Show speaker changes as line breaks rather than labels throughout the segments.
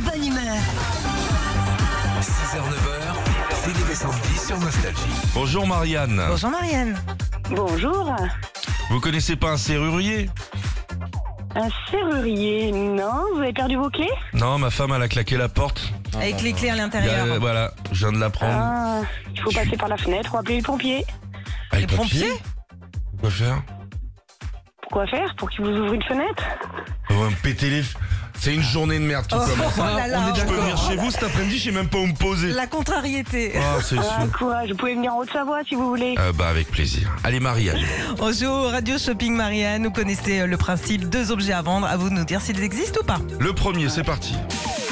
bonne humeur.
6h, 9h, Philippe et Sandy sur Nostalgie.
Bonjour Marianne.
Bonjour Marianne.
Bonjour.
Vous connaissez pas un serrurier
Un serrurier, non Vous avez perdu vos clés
Non, ma femme elle a claqué la porte.
Avec les clés à
Il y a-
l'intérieur.
voilà, je viens de la prendre.
Ah, il faut passer par la fenêtre ou appeler les pompiers.
Ah,
les pompiers
Quoi faire
Pourquoi faire Pour qu'ils vous ouvrent une fenêtre
On va me péter les. f- C'est une journée de merde qui
Oh,
commence.
oh là là,
on est
oh.
je peux venir chez vous cet après-midi, je sais même pas où me poser.
La contrariété.
Ah, c'est
Ah,
sûr.
quoi Je pouvais venir en Haute-Savoie si vous voulez.
Ah bah avec plaisir. Allez Marianne.
On joue au Radio Shopping Marianne. Vous connaissez euh, le principe deux objets à vendre. À vous de nous dire s'ils existent ou pas.
Le premier, c'est parti.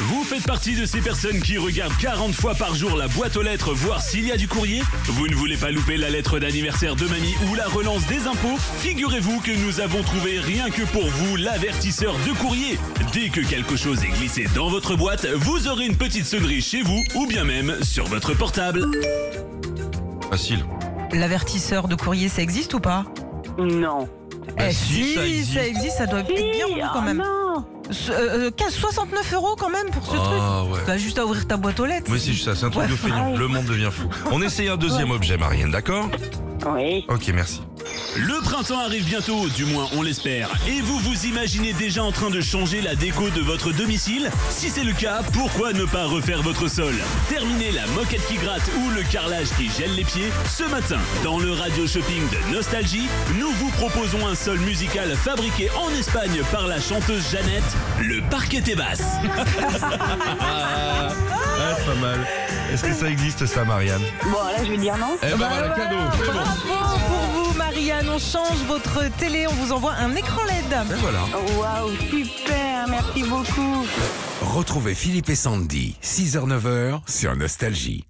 Vous faites partie de ces personnes qui regardent 40 fois par jour la boîte aux lettres voir s'il y a du courrier Vous ne voulez pas louper la lettre d'anniversaire de mamie ou la relance des impôts Figurez-vous que nous avons trouvé rien que pour vous l'avertisseur de courrier. Dès que quelque chose est glissé dans votre boîte, vous aurez une petite sonnerie chez vous ou bien même sur votre portable.
Facile.
L'avertisseur de courrier, ça existe ou pas
Non.
Eh,
Bah si, ça existe.
ça ça doit être bien
Si,
bon quand
ah
même.
non
Ce- euh, 15, 69 euros quand même pour ce
Ah
truc.
ouais.
T'as juste à ouvrir ta boîte aux lettres.
Oui, c'est juste ça, c'est un truc
Ouais.
de feignant. Le monde devient fou. On essaye un deuxième objet, Marianne, d'accord
Oui.
Ok, merci.
Le printemps arrive bientôt, du moins on l'espère. Et vous vous imaginez déjà en train de changer la déco de votre domicile Si c'est le cas, pourquoi ne pas refaire votre sol Terminez la moquette qui gratte ou le carrelage qui gèle les pieds. Ce matin, dans le radio shopping de Nostalgie, nous vous proposons un sol musical fabriqué en Espagne par la chanteuse Jeannette, le parquet et basse.
Ah, c'est pas mal. Est-ce que ça existe, ça, Marianne
Bon, là, je vais dire non.
Eh ben voilà, cadeau, c'est bon.
Bravo pour vous, Marianne. On change votre télé. On vous envoie un écran E LED.
Ben voilà.
Waouh, super, merci beaucoup.
Retrouvez Philippe et Sandy, 6h, 9h sur Nostalgie.